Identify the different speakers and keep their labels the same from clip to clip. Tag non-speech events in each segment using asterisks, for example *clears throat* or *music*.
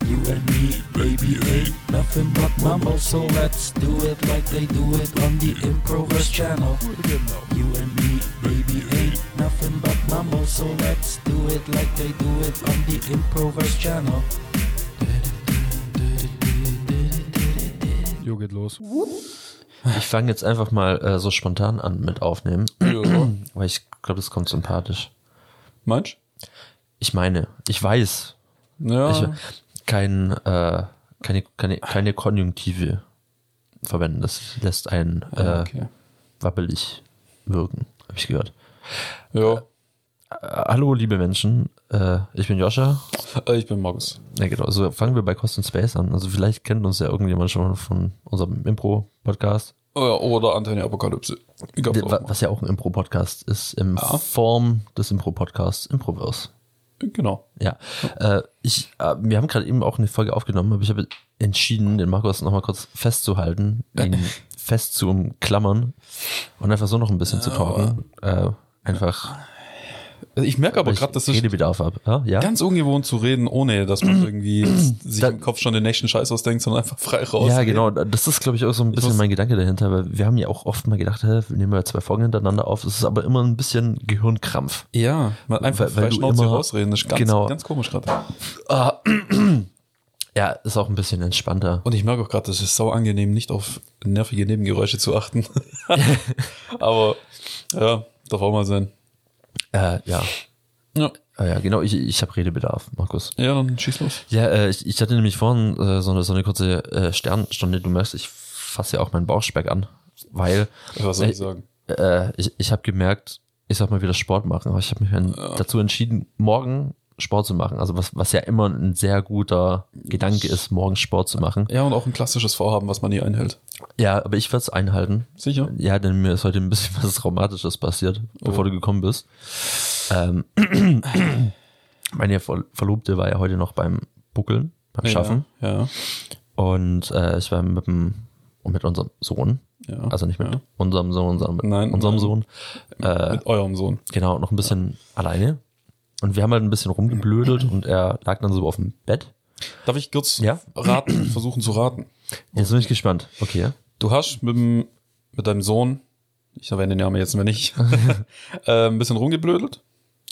Speaker 1: and me, baby, ain't nothing but mumble. So let's do it like they do it on the Improvers channel. You and me, baby, ain't nothing but mumble. So let's do it like they do it on the Improvers channel.
Speaker 2: Jo, geht los.
Speaker 3: Ich fange jetzt einfach mal äh, so spontan an mit aufnehmen, weil ich glaube, das kommt sympathisch.
Speaker 2: Meinst
Speaker 3: Ich meine, ich weiß,
Speaker 2: Ja.
Speaker 3: ich, kein, äh, keine, keine, keine Konjunktive verwenden. Das lässt einen äh,
Speaker 2: Ah, okay.
Speaker 3: wabbelig wirken, habe ich gehört.
Speaker 2: Ja.
Speaker 3: Äh, hallo, liebe Menschen, äh, ich bin Joscha.
Speaker 2: Äh, ich bin Markus.
Speaker 3: Ja, genau. Also fangen wir bei Cost and Space an. Also vielleicht kennt uns ja irgendjemand schon von unserem Impro-Podcast,
Speaker 2: Oh ja, oder Antenne Apokalypse. Ich glaub,
Speaker 3: der- wa-
Speaker 2: auch mal.
Speaker 3: was ja auch ein Impro-Podcast ist, in
Speaker 2: Ja.
Speaker 3: Form des Impro-Podcasts Improverse.
Speaker 2: Genau.
Speaker 3: Ja, äh, ich, äh, wir haben gerade eben auch eine Folge aufgenommen, aber ich habe entschieden, den Markus nochmal kurz festzuhalten, ihn fest zu umklammern und einfach so noch ein bisschen zu talken. Äh, einfach,
Speaker 2: Also Ich merke aber
Speaker 3: weil
Speaker 2: gerade, dass
Speaker 3: ich
Speaker 2: ich
Speaker 3: Redebedarf habe. Ja, ja?
Speaker 2: ganz ungewohnt zu reden, ohne dass
Speaker 3: *clears throat*
Speaker 2: man irgendwie sich
Speaker 3: Da-
Speaker 2: im Kopf schon den nächsten Scheiß ausdenkt, sondern einfach frei raus.
Speaker 3: ja genau. Das ist, glaube ich, auch so ein bisschen
Speaker 2: muss-
Speaker 3: mein Gedanke dahinter, weil wir haben ja auch oft mal gedacht, hä, wir nehmen ja zwei Folgen hintereinander auf. Es ist aber immer ein bisschen Gehirnkrampf.
Speaker 2: Ja, mal einfach
Speaker 3: Weil- weil
Speaker 2: frei
Speaker 3: du
Speaker 2: Schnauze
Speaker 3: immer-
Speaker 2: rausreden. Das ist ganz,
Speaker 3: Genau.
Speaker 2: ganz komisch gerade.
Speaker 3: Ja, ist auch ein bisschen entspannter.
Speaker 2: Und ich merke auch gerade, das ist sau angenehm, nicht auf nervige Nebengeräusche zu
Speaker 3: *laughs*
Speaker 2: achten. *laughs* aber ja, darf auch mal sein.
Speaker 3: Äh, ja.
Speaker 2: Ja,
Speaker 3: Ah, ja, genau. Ich, ich habe Redebedarf, Markus.
Speaker 2: ja dann schieß los.
Speaker 3: Ja, äh, ich, ich hatte nämlich vorhin äh, so, eine, so eine kurze äh, Sternstunde. Du merkst, ich fasse ja auch meinen Bauchspeck an, weil
Speaker 2: Was soll
Speaker 3: Äh,
Speaker 2: ich sagen?
Speaker 3: äh, ich, ich habe gemerkt, ich soll mal wieder Sport machen. Aber ich habe mich dann dazu entschieden, morgen Sport zu machen. Also was, was ja immer ein sehr guter Gedanke ist, morgen Sport zu machen.
Speaker 2: Ja, und auch ein klassisches Vorhaben, was man nie einhält.
Speaker 3: Ja, aber ich werde es einhalten.
Speaker 2: Sicher?
Speaker 3: Ja, denn mir ist heute ein bisschen *laughs* was Traumatisches passiert, bevor du gekommen bist. Ähm, *clears throat* meine Ver- Verlobte war ja heute noch beim Buckeln, beim Schaffen.
Speaker 2: Ja.
Speaker 3: Und äh, ich war mit dem und mit unserem Sohn,
Speaker 2: ja.
Speaker 3: also nicht mit
Speaker 2: ja.
Speaker 3: unserem Sohn, sondern mit
Speaker 2: Nein,
Speaker 3: unserem
Speaker 2: nein.
Speaker 3: Sohn, äh,
Speaker 2: mit eurem Sohn.
Speaker 3: genau, noch ein bisschen alleine. Und wir haben halt ein bisschen rumgeblödelt und er lag dann so auf dem Bett.
Speaker 2: Darf ich kurz
Speaker 3: Ja.
Speaker 2: raten, versuchen zu raten?
Speaker 3: Jetzt bin ich gespannt. Okay.
Speaker 2: Du hast mit, dem, mit deinem Sohn, ich erwähne den Namen jetzt mal
Speaker 3: *laughs*
Speaker 2: nicht, *laughs* äh, ein bisschen rumgeblödelt,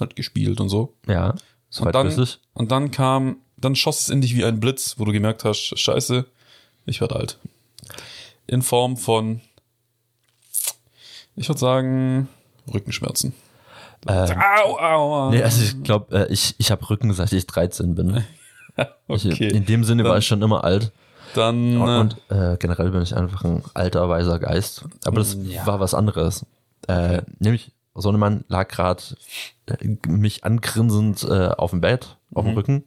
Speaker 2: hat gespielt und so.
Speaker 3: Ja.
Speaker 2: Und
Speaker 3: Soweit
Speaker 2: dann,
Speaker 3: richtig.
Speaker 2: und dann kam, dann schoss es in dich wie ein Blitz, wo du gemerkt hast, scheiße, ich werde alt. In Form von, ich würde sagen, Rückenschmerzen.
Speaker 3: Ähm,
Speaker 2: Au, au, au.
Speaker 3: Nee, also ich glaube, äh, ich, ich habe Rücken, seit ich 13 bin. Ich,
Speaker 2: okay.
Speaker 3: in dem Sinne war
Speaker 2: Dann-
Speaker 3: ich schon immer alt.
Speaker 2: Dann,
Speaker 3: Und,
Speaker 2: äh,
Speaker 3: und äh, generell bin ich einfach ein alter, weiser Geist. Aber das war was anderes. Äh, nämlich, Sonnemann lag gerade äh, mich angrinsend äh, auf dem Bett, auf dem Rücken.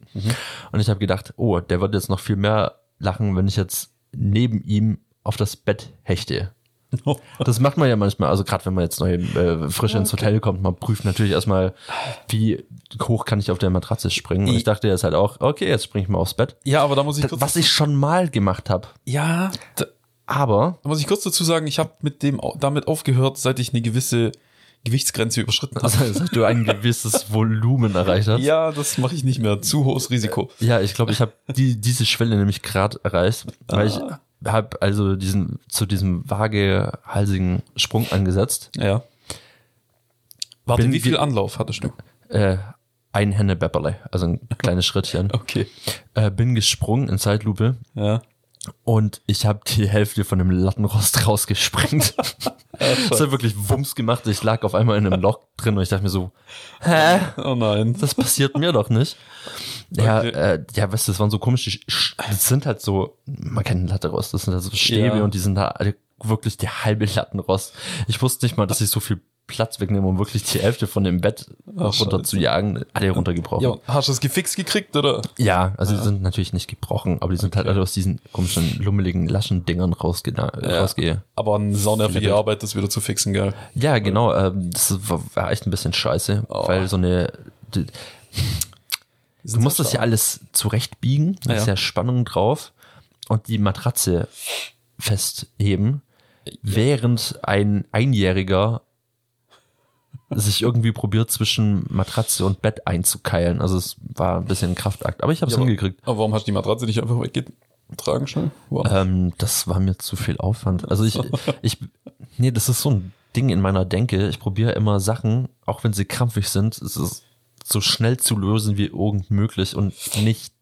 Speaker 3: Und ich habe gedacht, oh, der wird jetzt noch viel mehr lachen, wenn ich jetzt neben ihm auf das Bett hechte. Das macht man ja manchmal, also gerade wenn man jetzt neu äh, frisch ins Hotel kommt, man prüft natürlich erstmal, wie hoch kann ich auf der Matratze springen. Und ich dachte jetzt halt auch, okay, jetzt springe ich mal aufs Bett.
Speaker 2: äh, ja, aber da muss ich
Speaker 3: Das,
Speaker 2: kurz,
Speaker 3: was ich schon mal gemacht habe.
Speaker 2: ja, da,
Speaker 3: Aber
Speaker 2: Da muss ich kurz dazu sagen, ich habe mit dem au- damit aufgehört, seit ich eine gewisse Gewichtsgrenze überschritten habe.
Speaker 3: Also, dass du ein gewisses Volumen erreicht hast.
Speaker 2: Ja, das mache ich nicht mehr. Zu hohes Risiko.
Speaker 3: Ja, ich glaube, ich habe die, diese Schwelle nämlich gerade erreicht, weil ich habe also diesen zu diesem waagehalsigen Sprung angesetzt.
Speaker 2: Ja. Warte,
Speaker 3: Bin
Speaker 2: wie viel
Speaker 3: wir-
Speaker 2: Anlauf hattest
Speaker 3: *laughs*
Speaker 2: du?
Speaker 3: Äh, ein Henne Bepperle, also ein
Speaker 2: *laughs*
Speaker 3: kleines Schrittchen.
Speaker 2: Okay.
Speaker 3: Äh, bin gesprungen in Zeitlupe
Speaker 2: Ja.
Speaker 3: und ich habe die Hälfte von dem Lattenrost *laughs* rausgesprengt. das hat wirklich Wumms gemacht. Ich lag auf einmal in einem Loch drin und ich dachte mir so, hä?
Speaker 2: Oh nein.
Speaker 3: das passiert mir doch nicht. Ja,
Speaker 2: Okay.
Speaker 3: äh, ja, weißt du, das waren so komische, Sch- Sch- das sind halt so, man kennt Lattenrost, das sind halt so Stäbe
Speaker 2: Ja.
Speaker 3: und die sind da alle wirklich der halbe Lattenrost. Ich wusste nicht mal, dass ich so viel Platz wegnehme, um wirklich die Hälfte von dem Bett runter zu jagen, alle runtergebrochen.
Speaker 2: Ja,
Speaker 3: Ja,
Speaker 2: hast du es gefixt gekriegt, oder?
Speaker 3: also die sind natürlich nicht gebrochen, aber die sind halt alle aus diesen komischen, lummeligen Laschendingern rausge äh, rausge...
Speaker 2: Aber eine saunervige Arbeit, das wieder zu fixen, gell?
Speaker 3: Ja, genau, ähm, das war, war echt ein bisschen scheiße,
Speaker 2: Oh.
Speaker 3: weil so eine... Die, Du musst das ja alles zurechtbiegen, da
Speaker 2: Ja.
Speaker 3: ist ja Spannung drauf und die Matratze festheben, während ein Einjähriger sich irgendwie probiert, zwischen Matratze und Bett einzukeilen. Also es war ein bisschen ein Kraftakt, aber ich habe es
Speaker 2: Ja, aber-
Speaker 3: hingekriegt.
Speaker 2: Aber warum hast du die Matratze nicht einfach weggetragen schnell? Wow.
Speaker 3: Ähm, das war mir zu viel Aufwand.
Speaker 2: *laughs*
Speaker 3: Also ich, ich, nee, das ist so ein Ding in meiner Denke. Ich probiere immer Sachen, auch wenn sie krampfig sind, es ist so schnell zu lösen wie irgend möglich und nicht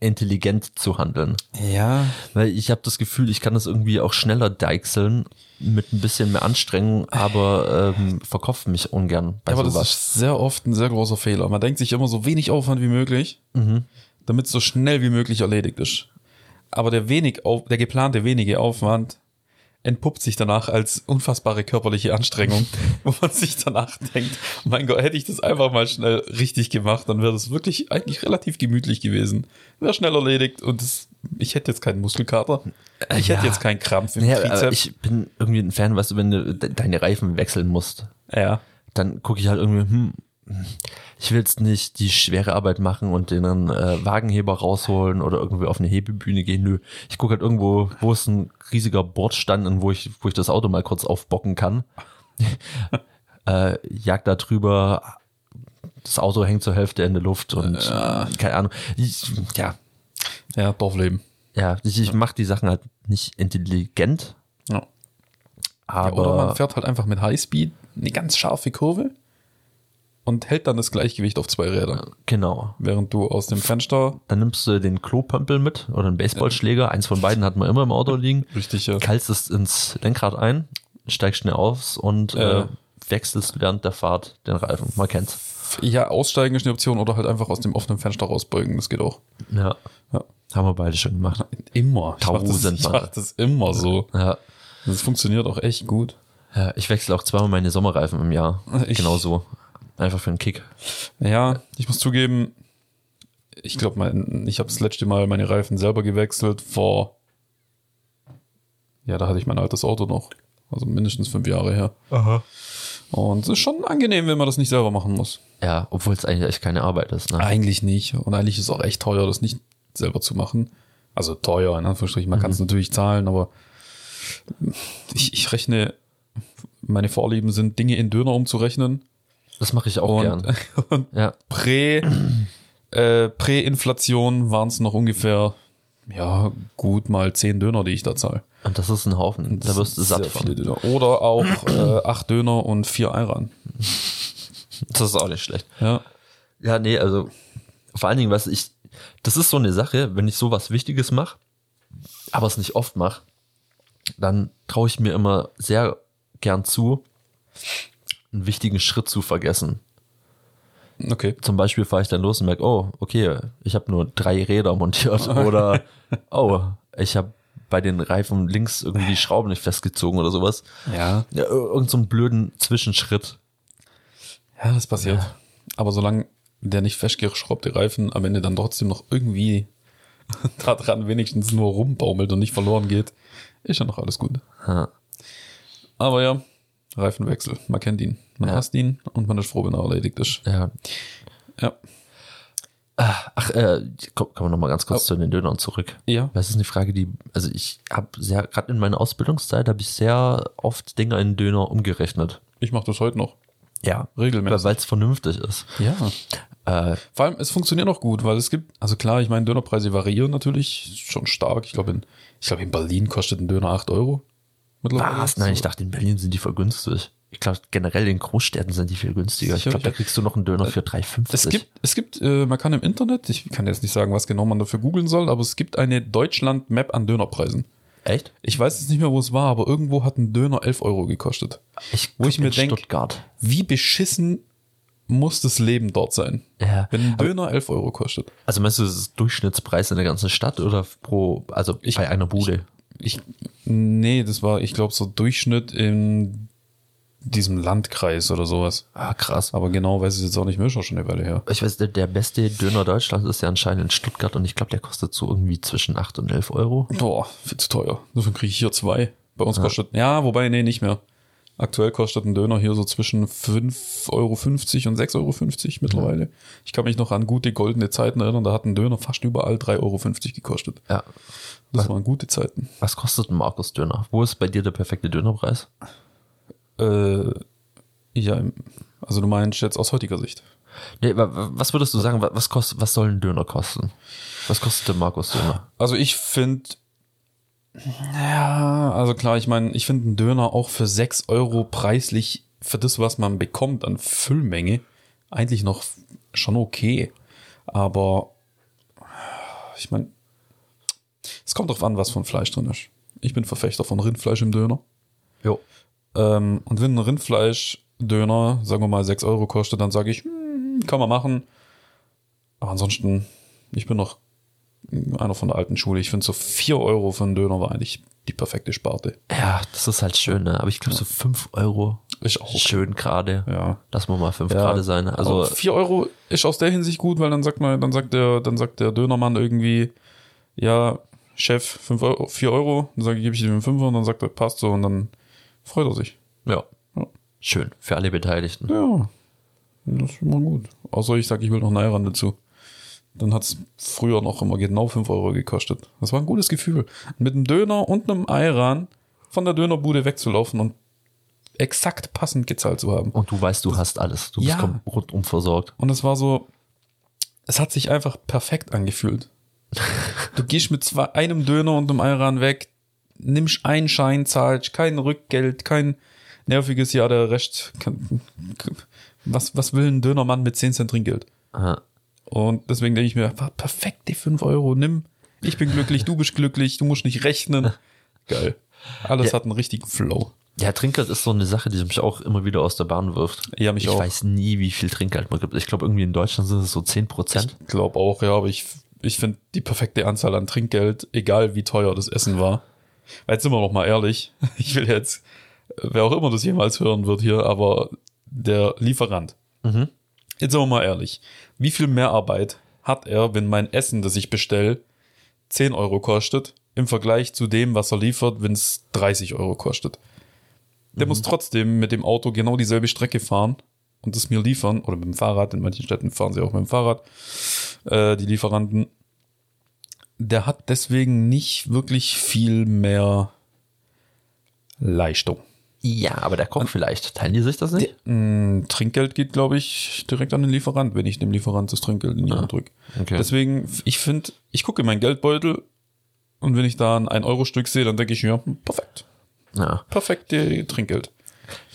Speaker 3: intelligent zu handeln.
Speaker 2: ja.
Speaker 3: Weil ich habe das Gefühl, ich kann das irgendwie auch schneller deichseln mit ein bisschen mehr Anstrengung, aber ähm, verkopfe mich ungern bei
Speaker 2: aber das
Speaker 3: sowas.
Speaker 2: ist sehr oft ein sehr großer Fehler. Man denkt sich immer so wenig Aufwand wie möglich, damit es so schnell wie möglich erledigt ist. Aber der wenig auf, der geplante wenige Aufwand entpuppt sich danach als unfassbare körperliche Anstrengung, *laughs* wo man sich danach denkt, mein Gott, hätte ich das einfach mal schnell richtig gemacht, dann wäre das wirklich eigentlich relativ gemütlich gewesen. Wäre schnell erledigt und es, ich hätte jetzt keinen Muskelkater. Ich hätte
Speaker 3: Ja.
Speaker 2: jetzt keinen Krampf im
Speaker 3: Ja, aber
Speaker 2: Trizeps.
Speaker 3: ich bin irgendwie ein Fan, weißt du, wenn du de deine Reifen wechseln musst,
Speaker 2: ja.
Speaker 3: dann gucke ich halt irgendwie, hm, ich will jetzt nicht die schwere Arbeit machen und den dann äh, Wagenheber rausholen oder irgendwie auf eine Hebebühne gehen. Nö, ich gucke halt irgendwo, wo ist ein riesiger Bordstand und wo ich, wo ich das Auto mal kurz aufbocken kann. *laughs* äh, jag da drüber, das Auto hängt zur Hälfte in der Luft und keine Ahnung. Ich, ja,
Speaker 2: ja, Dorfleben.
Speaker 3: ja, ich, ich mache die Sachen halt nicht intelligent,
Speaker 2: Ja.
Speaker 3: aber
Speaker 2: ja, oder man fährt halt einfach mit Highspeed eine ganz scharfe Kurve und hält dann das Gleichgewicht auf zwei Rädern,
Speaker 3: genau.
Speaker 2: während du aus dem Fenster
Speaker 3: Dann nimmst du den Klopömpel mit oder einen Baseballschläger. Eins von beiden hat man immer im Auto liegen.
Speaker 2: richtig äh,
Speaker 3: Kallst es ins Lenkrad ein, steigst schnell aufs und
Speaker 2: Ja.
Speaker 3: äh, wechselst während der Fahrt den Reifen. Man kennt's.
Speaker 2: ja aussteigen ist eine Option oder halt einfach aus dem offenen Fenster rausbeugen, das geht auch.
Speaker 3: Ja.
Speaker 2: Ja.
Speaker 3: Haben wir beide schon gemacht.
Speaker 2: Immer. Ich mach das, ich
Speaker 3: Tausendmal.
Speaker 2: mach das immer so.
Speaker 3: Ja.
Speaker 2: Das funktioniert auch echt gut.
Speaker 3: Ja, Ich wechsle auch zweimal meine Sommerreifen im Jahr.
Speaker 2: Ich-
Speaker 3: Genau so. Einfach für einen Kick.
Speaker 2: Ja, ich muss zugeben, ich glaube, ich habe das letzte Mal meine Reifen selber gewechselt vor. Ja, da hatte ich mein altes Auto noch. Also mindestens fünf Jahre her. Und es ist schon angenehm, wenn man das nicht selber machen muss.
Speaker 3: Ja, obwohl es eigentlich echt keine Arbeit ist. Ne?
Speaker 2: Eigentlich nicht. Und eigentlich ist es auch echt teuer, das nicht selber zu machen. Also teuer, in Anführungsstrichen. Man kann es natürlich zahlen, aber ich, ich rechne, meine Vorlieben sind, Dinge in Döner umzurechnen.
Speaker 3: Das mache ich auch
Speaker 2: Und,
Speaker 3: gern.
Speaker 2: *laughs* und
Speaker 3: Ja.
Speaker 2: Prä, äh, Prä-Inflation waren es noch ungefähr, ja, gut mal zehn Döner, die ich da zahle.
Speaker 3: Und das ist ein Haufen. Da wirst du
Speaker 2: Sehr
Speaker 3: satt von.
Speaker 2: viele Döner. Oder auch äh, acht Döner und vier Ayran.
Speaker 3: Das ist auch nicht schlecht.
Speaker 2: Ja.
Speaker 3: Ja, nee, also vor allen Dingen, was ich, das ist so eine Sache, wenn ich sowas Wichtiges mache, aber es nicht oft mache, dann traue ich mir immer sehr gern zu, einen wichtigen Schritt zu vergessen.
Speaker 2: Okay.
Speaker 3: Zum Beispiel fahre ich dann los und merke, oh, okay, ich habe nur drei Räder montiert oder oh, ich habe bei den Reifen links irgendwie die Schrauben nicht festgezogen oder sowas.
Speaker 2: Ja.
Speaker 3: Ja, ir- irgend so einen blöden Zwischenschritt.
Speaker 2: Ja, das passiert. Aber solange der nicht festgeschraubte Reifen am Ende dann trotzdem noch irgendwie *laughs* daran wenigstens nur rumbaumelt und nicht verloren geht, ist ja noch alles gut.
Speaker 3: Ja.
Speaker 2: Aber ja, Reifenwechsel. Man kennt ihn. Man
Speaker 3: Ja.
Speaker 2: hasst ihn und man ist froh, wenn er erledigt ist.
Speaker 3: Ja.
Speaker 2: Ja.
Speaker 3: Ach, äh, komm- kommen wir nochmal ganz kurz zu den Dönern zurück.
Speaker 2: Oh. Ja.
Speaker 3: Das ist eine Frage, die, also ich habe sehr, gerade in meiner Ausbildungszeit habe ich sehr oft Dinge in Döner umgerechnet.
Speaker 2: Ich mache das heute noch.
Speaker 3: Ja,
Speaker 2: Regelmäßig.
Speaker 3: Weil es vernünftig ist.
Speaker 2: Ja.
Speaker 3: Äh,
Speaker 2: Vor allem, es funktioniert auch gut, weil es gibt, also klar, ich meine, Dönerpreise variieren natürlich schon stark. Ich glaube, in, ich glaube, in Berlin kostet ein Döner 8 Euro. Mittlerweile.
Speaker 3: was? Nein, ich dachte, in Berlin sind die voll günstig. Ich glaube, generell in Großstädten sind die viel günstiger. Ich
Speaker 2: Sicher,
Speaker 3: glaube, da
Speaker 2: ja.
Speaker 3: kriegst du noch einen Döner für 3,50.
Speaker 2: Äh, Es gibt, es gibt, äh, man kann im Internet, ich kann jetzt nicht sagen, was genau man dafür googeln soll, aber es gibt eine Deutschland-Map an Dönerpreisen.
Speaker 3: Echt?
Speaker 2: Ich weiß jetzt nicht mehr, wo es war, aber irgendwo hat ein Döner 11 Euro gekostet.
Speaker 3: Ich,
Speaker 2: Wo ich
Speaker 3: glaub,
Speaker 2: mir
Speaker 3: in
Speaker 2: denk-
Speaker 3: Stuttgart.
Speaker 2: Wie beschissen muss das Leben dort sein,
Speaker 3: Ja.
Speaker 2: wenn ein Döner 11 Euro kostet?
Speaker 3: Also meinst du, das ist Durchschnittspreis in der ganzen Stadt oder pro, also bei einer Bude?
Speaker 2: Ich, nee, das war, ich glaube, so Durchschnitt in diesem Landkreis oder sowas.
Speaker 3: ah, krass.
Speaker 2: Aber genau weiß ich jetzt auch nicht mehr, ist auch schon eine Weile her.
Speaker 3: Ich weiß, der, der beste Döner Deutschlands ist ja anscheinend in Stuttgart und ich glaube, der kostet so irgendwie zwischen 8 und 11 Euro.
Speaker 2: Boah, viel zu teuer. Davon kriege ich hier zwei. Bei uns kostet, ja, wobei, nee, nicht mehr. Aktuell kostet ein Döner hier so zwischen 5,50 Euro und 6,50 Euro mittlerweile. Ich kann mich noch an gute goldene Zeiten erinnern, da hat ein Döner fast überall 3,50 Euro gekostet.
Speaker 3: Ja.
Speaker 2: Das waren gute Zeiten.
Speaker 3: Was kostet ein Markus Döner? Wo ist bei dir der perfekte Dönerpreis?
Speaker 2: Äh, Ja, im- also du meinst jetzt aus heutiger Sicht.
Speaker 3: Nee, wa- wa- was würdest du sagen, wa- was, kost, was soll ein Döner kosten? Was kostet der Markus Döner?
Speaker 2: Also ich finde, ja, also klar, ich meine, ich finde einen Döner auch für 6 Euro preislich für das, was man bekommt an Füllmenge, eigentlich noch f- schon okay. Aber ich meine, es kommt drauf an, was für ein Fleisch drin ist. Ich bin Verfechter von Rindfleisch im Döner.
Speaker 3: Jo.
Speaker 2: Ähm, und wenn ein Rindfleisch-Döner, sagen wir mal, 6 Euro kostet, dann sage ich, hm, kann man machen. Aber ansonsten, ich bin noch einer von der alten Schule. Ich finde so 4 Euro für einen Döner war eigentlich die perfekte Sparte.
Speaker 3: Ja, das ist halt schön, ne? Aber ich glaube, so 5 Euro.
Speaker 2: Ist auch okay.
Speaker 3: Schön gerade.
Speaker 2: Ja.
Speaker 3: Lass mal mal 5 gerade sein. Also,
Speaker 2: Aber 4 Euro ist aus der Hinsicht gut, weil dann sagt man, dann sagt der, dann sagt der Dönermann irgendwie, ja, Chef, 5 Euro, 4 Euro, dann sage ich, gebe ich ihm 5 und dann sagt er, passt so und dann freut er sich.
Speaker 3: ja.
Speaker 2: Ja.
Speaker 3: Schön. Für alle Beteiligten.
Speaker 2: Ja, das ist immer gut. Außer ich sage, ich will noch Neiran dazu. Dann hat's früher noch immer genau 5 Euro gekostet. Das war ein gutes Gefühl. Mit einem Döner und einem Eiran von der Dönerbude wegzulaufen und exakt passend gezahlt zu haben.
Speaker 3: Und du weißt, du hast alles. Du
Speaker 2: Ja.
Speaker 3: bist kom- rundum versorgt.
Speaker 2: Und es war so, es hat sich einfach perfekt angefühlt. Du gehst mit zwei, einem Döner und einem Eiran weg, nimmst einen Schein, zahlst kein Rückgeld, kein nerviges Ja, der Rest. kann- Was, was will ein Dönermann mit 10 Cent Trinkgeld?
Speaker 3: Aha.
Speaker 2: Und deswegen denke ich mir, war perfekt, die 5 Euro, nimm. Ich bin glücklich, du bist glücklich, du musst nicht rechnen. Geil. Alles hat einen richtigen Flow.
Speaker 3: Ja, Trinkgeld ist so eine Sache, die mich auch immer wieder aus der Bahn wirft.
Speaker 2: Ja, mich
Speaker 3: ich
Speaker 2: auch.
Speaker 3: weiß nie, wie viel Trinkgeld man gibt. Ich glaube, irgendwie in Deutschland sind es so 10 Prozent.
Speaker 2: Ich glaube auch, ja, aber ich, ich finde die perfekte Anzahl an Trinkgeld, egal wie teuer das Essen war. Weil jetzt sind wir noch mal ehrlich, *laughs* ich will jetzt, wer auch immer das jemals hören wird hier, aber der Lieferant. Jetzt sind wir mal ehrlich, wie viel Mehrarbeit hat er, wenn mein Essen, das ich bestelle, 10 Euro kostet, im Vergleich zu dem, was er liefert, wenn es 30 Euro kostet? Der muss trotzdem mit dem Auto genau dieselbe Strecke fahren und es mir liefern, oder mit dem Fahrrad, in manchen Städten fahren sie auch mit dem Fahrrad, äh, die Lieferanten, der hat deswegen nicht wirklich viel mehr Leistung.
Speaker 3: Ja, aber der Koch vielleicht. Teilen die sich das nicht?
Speaker 2: Mm, Trinkgeld geht, glaube ich, direkt an den Lieferant, wenn ich dem Lieferant das Trinkgeld in die Hand drücke.
Speaker 3: okay.
Speaker 2: Deswegen, ich finde, ich gucke in meinen Geldbeutel und wenn ich da ein 1-Euro-Stück sehe, dann denke ich mir, hm, perfekt,
Speaker 3: Ja.
Speaker 2: perfekt äh, Trinkgeld.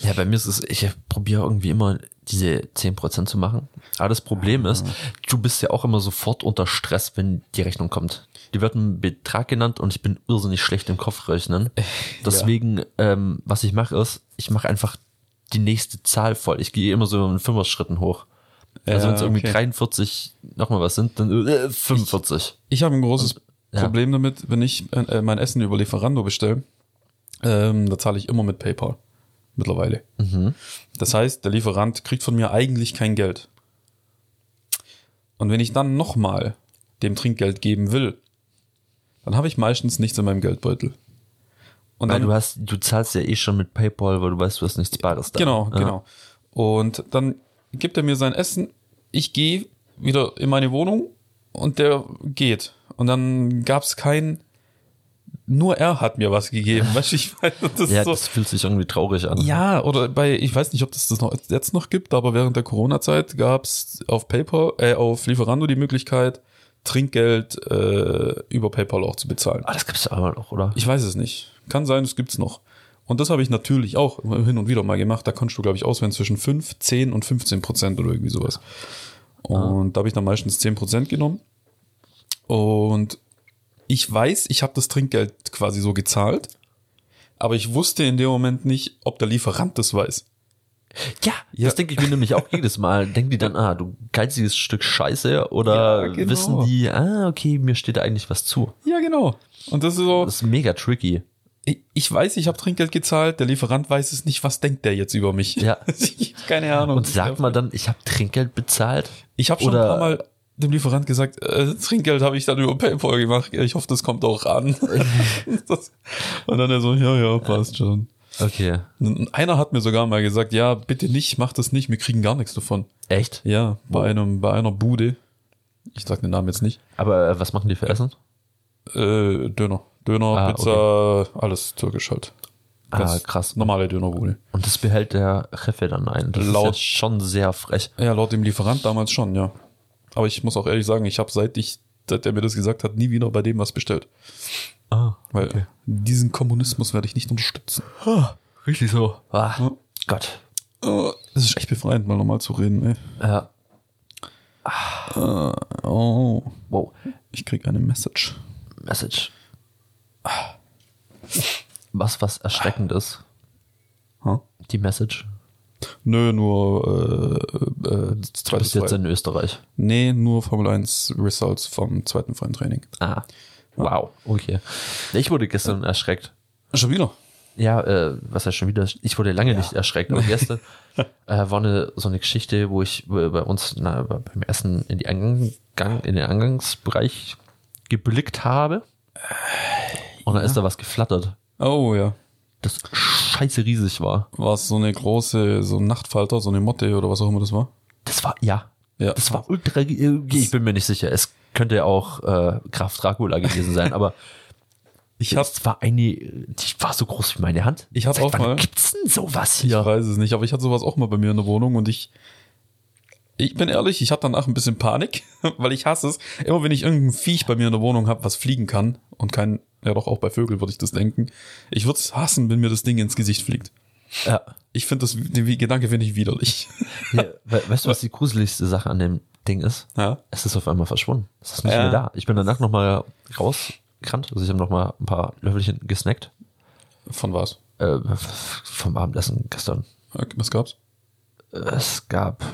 Speaker 3: ja, bei mir ist es, ich probiere irgendwie immer diese 10 Prozent zu machen. Aber das Problem ist,
Speaker 2: Ah.
Speaker 3: du bist ja auch immer sofort unter Stress, wenn die Rechnung kommt. Die wird ein Betrag genannt und ich bin irrsinnig schlecht im
Speaker 2: *laughs*
Speaker 3: Kopf rechnen. Deswegen, ähm, was ich mache, ist, ich mache einfach die nächste Zahl voll. Ich gehe immer so in Fünfer-Schritten hoch. Also
Speaker 2: Ja,
Speaker 3: wenn es irgendwie
Speaker 2: okay.
Speaker 3: 43 nochmal was sind, dann äh, 45.
Speaker 2: Ich habe ein großes
Speaker 3: ja.
Speaker 2: Problem damit, wenn ich äh, mein Essen über Lieferando bestelle, ähm, da zahle ich immer mit PayPal mittlerweile.
Speaker 3: Mhm.
Speaker 2: Das heißt, der Lieferant kriegt von mir eigentlich kein Geld. Und wenn ich dann nochmal dem Trinkgeld geben will, dann habe ich meistens nichts in meinem Geldbeutel. Und
Speaker 3: Weil
Speaker 2: dann,
Speaker 3: Ah, du hast, du zahlst ja eh schon mit PayPal, weil du weißt, du hast nichts Bares da.
Speaker 2: Genau,
Speaker 3: Ja.
Speaker 2: genau. Und dann gibt er mir sein Essen. Ich gehe wieder in meine Wohnung und der geht. Und dann gab es keinen. Nur er hat mir was
Speaker 3: *laughs*
Speaker 2: gegeben. Weißt du, ich meine, das ist
Speaker 3: Ja,
Speaker 2: so.
Speaker 3: das fühlt sich irgendwie traurig an.
Speaker 2: ja, oder bei, ich weiß nicht, ob das das noch, jetzt noch gibt, aber während der Corona-Zeit gab es auf PayPal, äh, auf Lieferando die Möglichkeit, Trinkgeld äh, über PayPal auch zu bezahlen.
Speaker 3: Ah, das gibt's ja aber noch, oder?
Speaker 2: Ich weiß es nicht. Kann sein, es gibt's noch. Und das habe ich natürlich auch immer hin und wieder mal gemacht. Da konntest du, glaube ich, auswählen zwischen 5, 10 und 15 Prozent oder irgendwie sowas.
Speaker 3: Ah.
Speaker 2: Und da habe ich dann meistens 10 Prozent genommen. Und ich weiß, ich habe das Trinkgeld quasi so gezahlt. Aber ich wusste in dem Moment nicht, ob der Lieferant das weiß.
Speaker 3: ja,
Speaker 2: Ja.
Speaker 3: das denke ich mir nämlich auch jedes *laughs* Mal. Denken die dann, ah, du geiziges Stück Scheiße oder
Speaker 2: Ja, genau.
Speaker 3: wissen die, ah, okay, mir steht da eigentlich was zu.
Speaker 2: Ja, genau. Und das ist so,
Speaker 3: Das ist mega tricky.
Speaker 2: ich- ich weiß, ich habe Trinkgeld gezahlt, der Lieferant weiß es nicht, was denkt der jetzt über mich?
Speaker 3: Ja.
Speaker 2: *laughs* ich hab keine Ahnung.
Speaker 3: Und sagt man dann, ich habe Trinkgeld bezahlt?
Speaker 2: Ich habe schon
Speaker 3: Oder-
Speaker 2: ein paar Mal dem Lieferant gesagt, äh, Trinkgeld habe ich dann über PayPal gemacht. Ich hoffe, das kommt auch
Speaker 3: *laughs*
Speaker 2: an. das, und dann er so, ja, ja, passt schon.
Speaker 3: Okay.
Speaker 2: Und einer hat mir sogar mal gesagt, ja, bitte nicht, mach das nicht, wir kriegen gar nichts davon.
Speaker 3: Echt?
Speaker 2: Ja, bei einem, bei einer Bude. Ich sag den Namen jetzt nicht.
Speaker 3: Aber äh, was machen die für Essen?
Speaker 2: Äh, Döner, Döner,
Speaker 3: Ah,
Speaker 2: Pizza, alles türkisch halt.
Speaker 3: Ah,
Speaker 2: Ganz
Speaker 3: krass.
Speaker 2: Normale Dönerbude.
Speaker 3: Und das behält der Chefe dann ein. Das
Speaker 2: Laut-
Speaker 3: ist ja schon sehr frech.
Speaker 2: Ja, laut dem Lieferant damals schon, ja. Aber ich muss auch ehrlich sagen, ich habe seit ich, seit er mir das gesagt hat, nie wieder bei dem was bestellt.
Speaker 3: Ah,
Speaker 2: Weil diesen Kommunismus werde ich nicht unterstützen.
Speaker 3: richtig so. Ah,
Speaker 2: Ja.
Speaker 3: Gott.
Speaker 2: Oh, Das ist echt befreiend, mal normal zu reden, ey.
Speaker 3: Ja.
Speaker 2: Oh,
Speaker 3: Wow.
Speaker 2: ich krieg eine Message.
Speaker 3: Message. Ah. Was, was Erschreckendes.
Speaker 2: Huh?
Speaker 3: Die Message.
Speaker 2: Nö, nur äh, äh,
Speaker 3: Du
Speaker 2: zweites
Speaker 3: bist jetzt
Speaker 2: Freien.
Speaker 3: in Österreich.
Speaker 2: Nee, nur Formel 1 Results vom zweiten freien Training.
Speaker 3: Ah. Wow. Okay. Ich wurde gestern erschreckt.
Speaker 2: Schon wieder.
Speaker 3: Ja, äh, was heißt schon wieder? Ich wurde lange nicht erschreckt, aber gestern *laughs* äh, war eine, so eine Geschichte, wo ich äh, bei uns na, beim Essen in, die Eingang, in den Eingangsbereich geblickt habe. Und da ist da was geflattert,
Speaker 2: Oh ja.
Speaker 3: das scheiße riesig war.
Speaker 2: War es so eine große, so ein Nachtfalter, so eine Motte oder was auch immer das war?
Speaker 3: Das war, ja,
Speaker 2: Ja.
Speaker 3: das war ultra. äh, Ich bin mir nicht sicher. Es könnte auch äh, Graf Dracula gewesen sein, aber
Speaker 2: Ich hab,
Speaker 3: das war eine, die war so groß wie meine Hand.
Speaker 2: Ich hab
Speaker 3: Seit
Speaker 2: auch
Speaker 3: wann
Speaker 2: mal-
Speaker 3: Gibt's denn sowas
Speaker 2: ich
Speaker 3: hier?
Speaker 2: weiß es nicht, aber ich hatte sowas auch mal bei mir in der Wohnung und ich, ich bin ehrlich, ich hatte danach ein bisschen Panik, *laughs* weil ich hasse es. Immer wenn ich irgendein Viech bei mir in der Wohnung habe, was fliegen kann und kein, ja doch auch bei Vögeln würde ich das denken, ich würde es hassen, wenn mir das Ding ins Gesicht fliegt.
Speaker 3: Ja.
Speaker 2: Ich finde das, den Gedanke finde ich widerlich. *laughs*
Speaker 3: Ja, we weißt du, was die gruseligste Sache an dem Ding ist?
Speaker 2: Ja.
Speaker 3: Es ist auf einmal verschwunden. Es ist nicht
Speaker 2: Ja.
Speaker 3: mehr da. Ich bin danach nochmal rausgerannt. Also ich habe nochmal ein paar Löffelchen gesnackt.
Speaker 2: Von was?
Speaker 3: Äh, vom Abendessen gestern.
Speaker 2: Okay, Was gab's?
Speaker 3: Es gab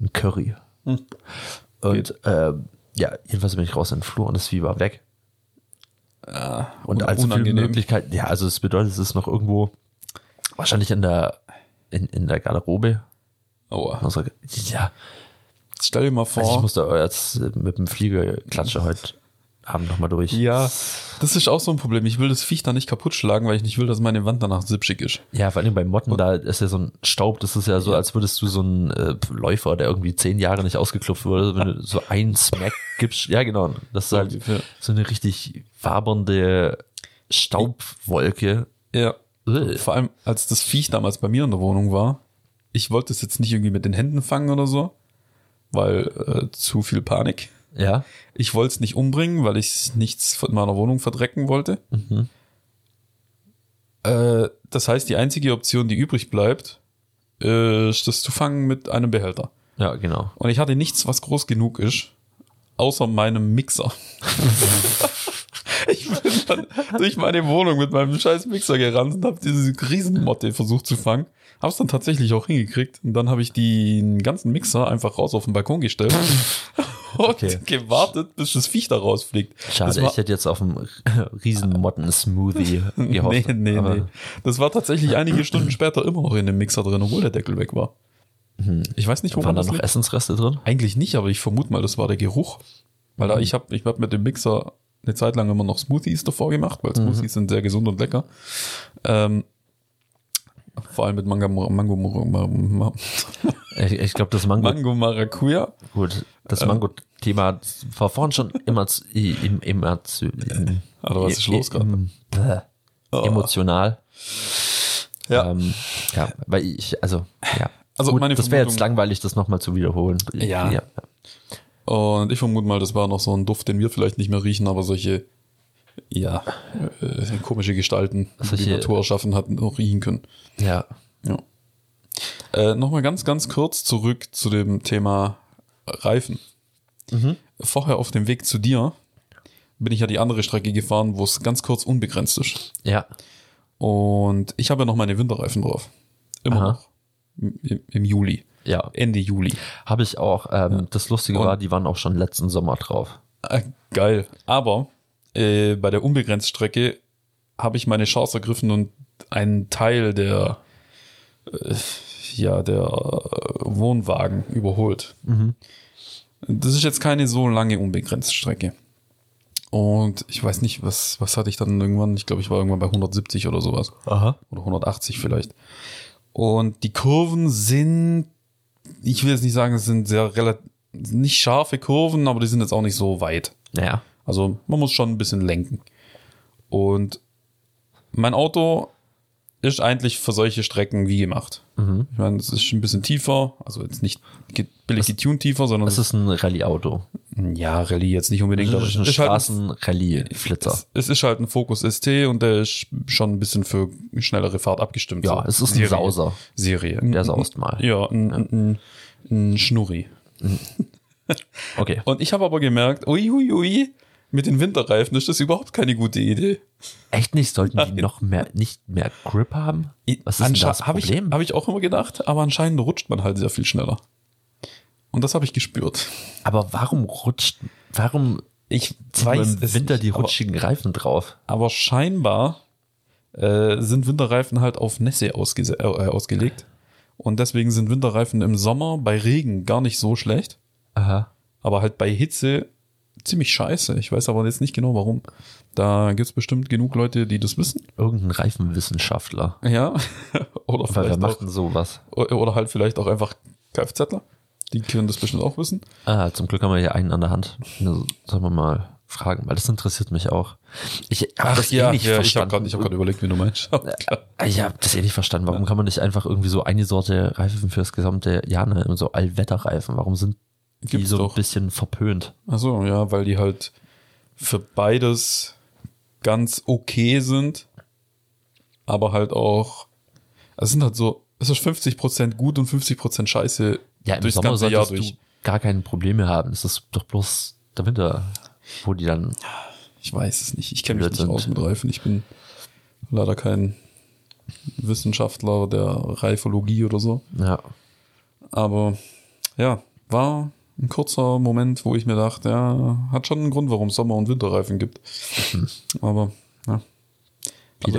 Speaker 3: ein Curry. Und ähm, ja, jedenfalls bin ich raus in den Flur und das Vieh war weg. Und also viele Möglichkeiten. Ja, also es bedeutet, es ist noch irgendwo wahrscheinlich in der in, in der Garderobe.
Speaker 2: Aua.
Speaker 3: Also, ja,
Speaker 2: Stell dir mal
Speaker 3: Also ich
Speaker 2: vor,
Speaker 3: muss da jetzt mit dem Flieger klatsche heute Abend nochmal durch.
Speaker 2: ja, das ist auch so ein Problem. Ich will das Viech da nicht kaputt schlagen, weil ich nicht will, dass meine Wand danach sipschig ist.
Speaker 3: Ja, vor allem bei Motten, da ist ja so ein Staub, das ist ja so, als würdest du so einen äh, Läufer, der irgendwie zehn Jahre nicht ausgeklopft wurde, wenn du so einen Smack gibst. Ja, genau. Das ist halt
Speaker 2: Ja.
Speaker 3: so eine richtig wabernde Staubwolke. Äh,
Speaker 2: Ja.
Speaker 3: Ugh.
Speaker 2: Vor allem, als das Viech damals bei mir in der Wohnung war, ich wollte es jetzt nicht irgendwie mit den Händen fangen oder so, weil äh, zu viel Panik.
Speaker 3: Ja.
Speaker 2: Ich wollte es nicht umbringen, weil ich nichts von meiner Wohnung verdrecken wollte. Äh, das heißt, die einzige Option, die übrig bleibt, äh, ist das zu fangen mit einem Behälter.
Speaker 3: Ja, genau.
Speaker 2: Und ich hatte nichts, was groß genug ist, außer meinem Mixer. ich bin dann durch meine Wohnung mit meinem scheiß Mixer gerannt und habe diese Riesenmotte versucht zu fangen. Hab's dann tatsächlich auch hingekriegt. Und dann habe ich den ganzen Mixer einfach raus auf den Balkon
Speaker 3: *laughs*
Speaker 2: gestellt und
Speaker 3: Okay.
Speaker 2: gewartet, bis das Viech da rausfliegt. Das
Speaker 3: Schade,
Speaker 2: war,
Speaker 3: ich hätte jetzt auf einen Riesenmotten-Smoothie gehofft.
Speaker 2: *laughs* nee, nee,
Speaker 3: aber
Speaker 2: nee. Das war tatsächlich einige Stunden später immer noch in dem Mixer drin, obwohl der Deckel weg war. Ich weiß nicht, woran
Speaker 3: Mhm. Waren da
Speaker 2: das
Speaker 3: noch
Speaker 2: liegt.
Speaker 3: Essensreste drin?
Speaker 2: Eigentlich nicht, aber ich vermute mal, das war der Geruch. Weil da, ich habe ich hab mit dem Mixer eine Zeit lang immer noch Smoothies davor gemacht, weil Smoothies sind sehr gesund und lecker. Ähm, vor allem mit Manga, Mango, Mango, Mango,
Speaker 3: Ich, ich glaube, das Mango
Speaker 2: Mango Ähm. Maracuja.
Speaker 3: Gut, das Mango-Thema war vorhin schon immer zu, im, immer zu, im,
Speaker 2: Alter, was ist los gerade? Oh.
Speaker 3: im, bäh, emotional.
Speaker 2: Ja.
Speaker 3: Ähm, ja, weil ich, also, ja.
Speaker 2: Also
Speaker 3: Gut,
Speaker 2: meine
Speaker 3: das wäre jetzt
Speaker 2: Vermutung-
Speaker 3: langweilig, das nochmal zu wiederholen.
Speaker 2: Ja. Und ich vermute mal, das war noch so ein Duft, den wir vielleicht nicht mehr riechen, aber solche, ja, äh, komische Gestalten, die
Speaker 3: Solche-
Speaker 2: die Natur erschaffen hat, noch riechen können.
Speaker 3: ja.
Speaker 2: Ja. Äh, Nochmal ganz, ganz kurz zurück zu dem Thema Reifen. Vorher auf dem Weg zu dir bin ich ja die andere Strecke gefahren, wo es ganz kurz unbegrenzt ist.
Speaker 3: Ja.
Speaker 2: Und ich habe ja noch meine Winterreifen drauf. Immer
Speaker 3: Aha.
Speaker 2: noch. Im, Im Juli.
Speaker 3: Ja.
Speaker 2: Ende Juli.
Speaker 3: Habe ich auch. Ähm, Das Lustige
Speaker 2: Und-
Speaker 3: war, die waren auch schon letzten Sommer drauf.
Speaker 2: Äh, geil. Aber äh, bei der Unbegrenztstrecke habe ich meine Chance ergriffen und einen Teil der, äh, ja, der äh, Wohnwagen überholt. Das ist jetzt keine so lange Unbegrenztstrecke. Und ich weiß nicht, was, was hatte ich dann irgendwann? Ich glaube, ich war irgendwann bei 170 oder sowas.
Speaker 3: Aha.
Speaker 2: Oder 180 vielleicht. Und die Kurven sind, ich will jetzt nicht sagen, es sind sehr relativ, nicht scharfe Kurven, aber die sind jetzt auch nicht so weit.
Speaker 3: Ja.
Speaker 2: Also man muss schon ein bisschen lenken. Und mein Auto ist eigentlich für solche Strecken wie gemacht.
Speaker 3: Mhm.
Speaker 2: Ich meine, es ist ein bisschen tiefer, also jetzt nicht ge- billig getuned tiefer, sondern
Speaker 3: Es ist ein Rallye-Auto.
Speaker 2: ja, Rallye jetzt nicht unbedingt, aber
Speaker 3: Das
Speaker 2: es
Speaker 3: ist ein
Speaker 2: ist halt ein,
Speaker 3: Straßen-Rallye-Flitzer.
Speaker 2: es, es ist halt ein Focus ST und der ist schon ein bisschen für schnellere Fahrt abgestimmt.
Speaker 3: Ja, es ist ein Sauser.
Speaker 2: Serie.
Speaker 3: Der saust mal.
Speaker 2: Ja, ein, ein, ein, ein Schnurri.
Speaker 3: Okay.
Speaker 2: Und ich habe aber gemerkt, uiuiui, ui, ui, mit den Winterreifen ist das überhaupt keine gute Idee.
Speaker 3: Echt nicht? Sollten die
Speaker 2: *laughs*
Speaker 3: noch mehr, nicht mehr Grip haben? Was ist denn
Speaker 2: Anscha-
Speaker 3: das
Speaker 2: hab ich,
Speaker 3: Problem?
Speaker 2: habe ich auch immer gedacht, aber anscheinend rutscht man halt sehr viel schneller. Und das habe ich gespürt.
Speaker 3: aber warum rutscht, warum
Speaker 2: Ich
Speaker 3: zieht man im Winter die
Speaker 2: aber,
Speaker 3: rutschigen Reifen drauf?
Speaker 2: aber scheinbar äh, sind Winterreifen halt auf Nässe ausgese- äh, ausgelegt. Und deswegen sind Winterreifen im Sommer bei Regen gar nicht so schlecht,
Speaker 3: Aha.
Speaker 2: aber halt bei Hitze ziemlich scheiße. Ich weiß aber jetzt nicht genau warum. Da gibt's bestimmt genug Leute, die das wissen.
Speaker 3: Irgendein Reifenwissenschaftler.
Speaker 2: Ja. *laughs* Oder
Speaker 3: Weil wer
Speaker 2: vielleicht auch
Speaker 3: macht denn sowas?
Speaker 2: Oder halt vielleicht auch einfach Kfzler. Die können das bestimmt auch wissen.
Speaker 3: Ah, zum Glück haben wir hier einen an der Hand. Also, Sollen wir mal fragen, weil das interessiert mich auch. Ich habe das eh nicht
Speaker 2: ich habe
Speaker 3: verstanden.
Speaker 2: gerade hab grad überlegt, wie du meinst.
Speaker 3: ich habe das eh nicht verstanden. Warum kann man nicht einfach irgendwie so eine Sorte Reifen fürs gesamte Jahr nehmen, so Allwetterreifen? Warum sind die
Speaker 2: Gibt's
Speaker 3: so
Speaker 2: doch.
Speaker 3: ein bisschen verpönt?
Speaker 2: Achso, ja, weil die halt für beides ganz okay sind, aber halt auch, es sind halt so, es ist 50% gut und 50% scheiße
Speaker 3: Ja, im
Speaker 2: durchs
Speaker 3: Sommer
Speaker 2: ganze Jahr
Speaker 3: solltest
Speaker 2: durch.
Speaker 3: du gar keine Probleme haben. Es ist doch bloß der Winter, wo die dann.
Speaker 2: Ich weiß es nicht, ich kenne mich nicht
Speaker 3: Blödsinn.
Speaker 2: aus mit Reifen, ich bin leider kein Wissenschaftler der Reifologie oder so.
Speaker 3: Ja.
Speaker 2: Aber ja, war ein kurzer Moment, wo ich mir dachte, ja, hat schon einen Grund, warum es Sommer- und Winterreifen gibt. Mhm. Aber ja.
Speaker 3: Wieder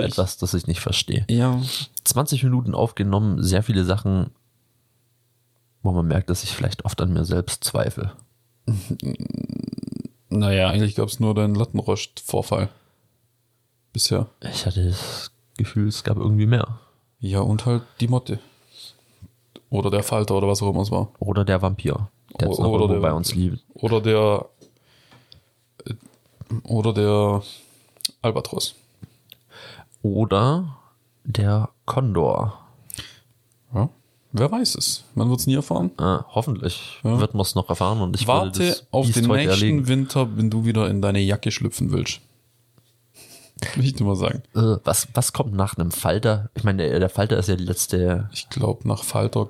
Speaker 2: Also ich-
Speaker 3: etwas, das ich nicht verstehe.
Speaker 2: Ja,
Speaker 3: 20 Minuten aufgenommen, sehr viele Sachen, wo man merkt, dass ich vielleicht oft an mir selbst zweifle.
Speaker 2: naja, eigentlich gab es nur deinen Lattenrost-Vorfall. Bisher.
Speaker 3: Ich hatte das Gefühl, es gab irgendwie mehr.
Speaker 2: Ja, und halt die Motte. Oder der Falter oder was auch immer es war.
Speaker 3: Oder der Vampir, der jetzt noch
Speaker 2: Oder
Speaker 3: irgendwo
Speaker 2: der
Speaker 3: bei uns liegt.
Speaker 2: Oder der. äh, Oder der Albatros.
Speaker 3: Oder der Kondor.
Speaker 2: Ja. Wer weiß es? Man wird es nie erfahren.
Speaker 3: Äh, hoffentlich
Speaker 2: Ja.
Speaker 3: wird man es noch erfahren und ich würde
Speaker 2: Warte
Speaker 3: das
Speaker 2: auf
Speaker 3: Biest
Speaker 2: den
Speaker 3: heute
Speaker 2: nächsten
Speaker 3: erlegen.
Speaker 2: Winter, wenn du wieder in deine Jacke schlüpfen willst. *laughs* Will ich nur mal sagen.
Speaker 3: Äh, was, was kommt nach einem Falter? Ich meine, der, der Falter ist ja die letzte.
Speaker 2: Ich glaube, nach Falter